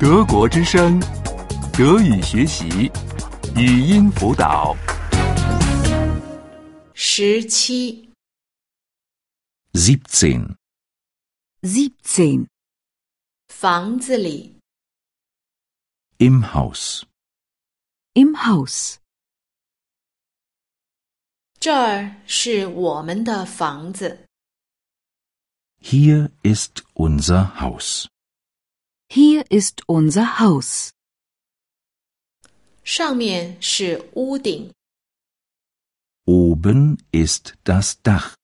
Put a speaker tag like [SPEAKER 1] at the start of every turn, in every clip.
[SPEAKER 1] 德国之声，德语学习，语音辅导。
[SPEAKER 2] 十七，
[SPEAKER 3] 17.
[SPEAKER 4] 17.
[SPEAKER 2] 房子里，
[SPEAKER 3] Im Haus.
[SPEAKER 4] Im Haus.
[SPEAKER 2] 这儿是我们的房子，
[SPEAKER 3] Hier ist unser Haus.
[SPEAKER 4] Hier ist unser Haus.
[SPEAKER 2] 上面是屋顶，
[SPEAKER 3] Oben ist das Dach.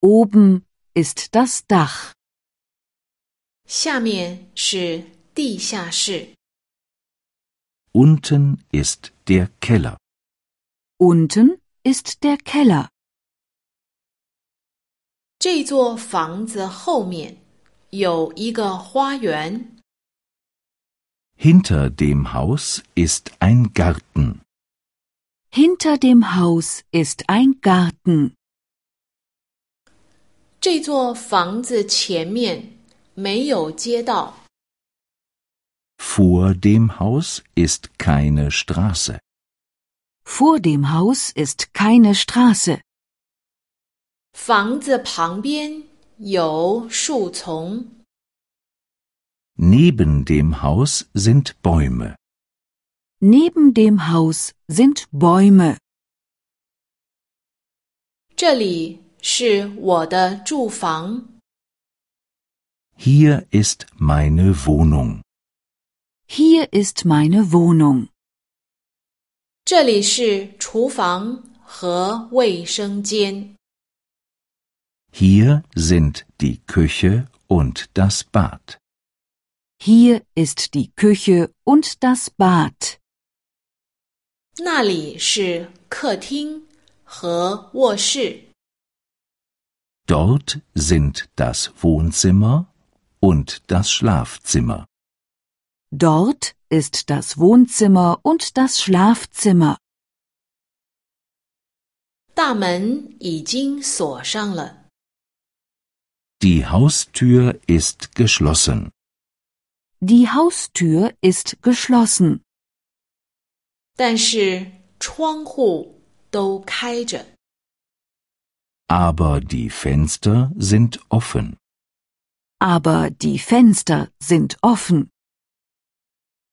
[SPEAKER 4] Oben ist das Dach.
[SPEAKER 2] 下面是地下室。
[SPEAKER 3] Unten ist der Keller.
[SPEAKER 4] Unten ist der Keller.
[SPEAKER 2] 这座房子后面有一个花园，
[SPEAKER 3] Hinter dem Haus ist ein Garten.
[SPEAKER 4] Hinter dem Haus ist ein Garten.
[SPEAKER 2] 这座房子前面没有街道，
[SPEAKER 3] Vor dem Haus ist keine Straße.
[SPEAKER 4] Vor dem Haus ist keine Straße.
[SPEAKER 2] 房子旁边有树丛，
[SPEAKER 3] Neben dem Haus sind Bäume.
[SPEAKER 4] Neben dem Haus sind Bäume.
[SPEAKER 2] 这里是我的住房，
[SPEAKER 3] Hier ist meine Wohnung.
[SPEAKER 4] Hier ist meine Wohnung.
[SPEAKER 2] 这里是厨房和卫生间，
[SPEAKER 3] Hier sind die Küche und das Bad.
[SPEAKER 4] Hier ist die Küche und das Bad.
[SPEAKER 2] 那里是客厅和卧室，
[SPEAKER 3] Dort sind das Wohnzimmer und das Schlafzimmer.
[SPEAKER 4] Dort ist das Wohnzimmer und das Schlafzimmer.
[SPEAKER 2] 大门已经锁上了，
[SPEAKER 3] Die Haustür ist geschlossen.
[SPEAKER 4] Die Haustür ist geschlossen.
[SPEAKER 2] 但是窗户都开着。
[SPEAKER 3] Aber die Fenster sind offen.
[SPEAKER 4] Aber die Fenster sind offen.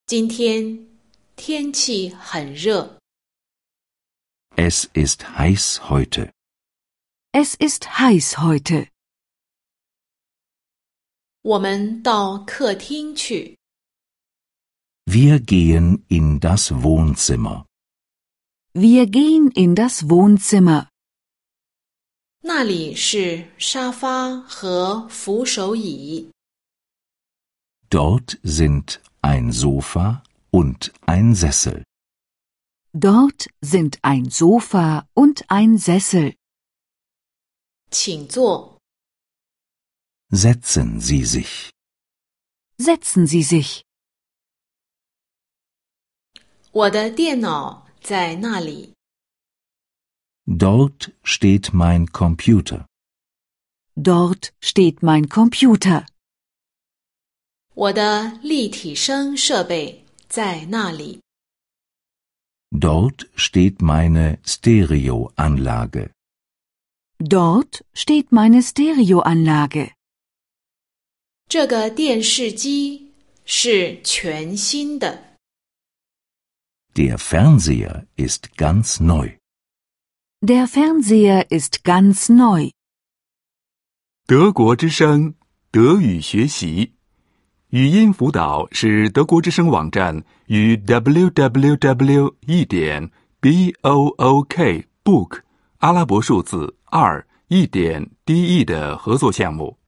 [SPEAKER 2] 今天天气很热，
[SPEAKER 3] Es ist heiß heute.
[SPEAKER 4] Es ist heiß heute.
[SPEAKER 2] 我们到客厅去。
[SPEAKER 3] Wir gehen in das Wohnzimmer.
[SPEAKER 4] Wir gehen in das Wohnzimmer.
[SPEAKER 2] 那里是沙发和扶手椅，
[SPEAKER 3] Dort sind ein Sofa und ein Sessel.
[SPEAKER 4] Dort sind ein Sofa und ein Sessel.
[SPEAKER 2] 请坐。
[SPEAKER 3] Setzen Sie sich.
[SPEAKER 4] Setzen Sie sich.
[SPEAKER 2] 我的电脑在那里，
[SPEAKER 3] Dort steht mein Computer.
[SPEAKER 4] Dort steht mein Computer.
[SPEAKER 2] 我的立体声设备在那里，
[SPEAKER 3] Dort steht meine Stereoanlage.
[SPEAKER 4] Dort steht meine Stereoanlage.
[SPEAKER 2] 这个电视机是全新的。
[SPEAKER 3] Der Fernseher ist ganz neu.
[SPEAKER 4] Der Fernseher ist ganz neu.
[SPEAKER 1] 德国之声，德语学习，语音辅导是德国之声网站与 www. 一点 b o o k book 阿拉伯数字二一点 d e 的合作项目。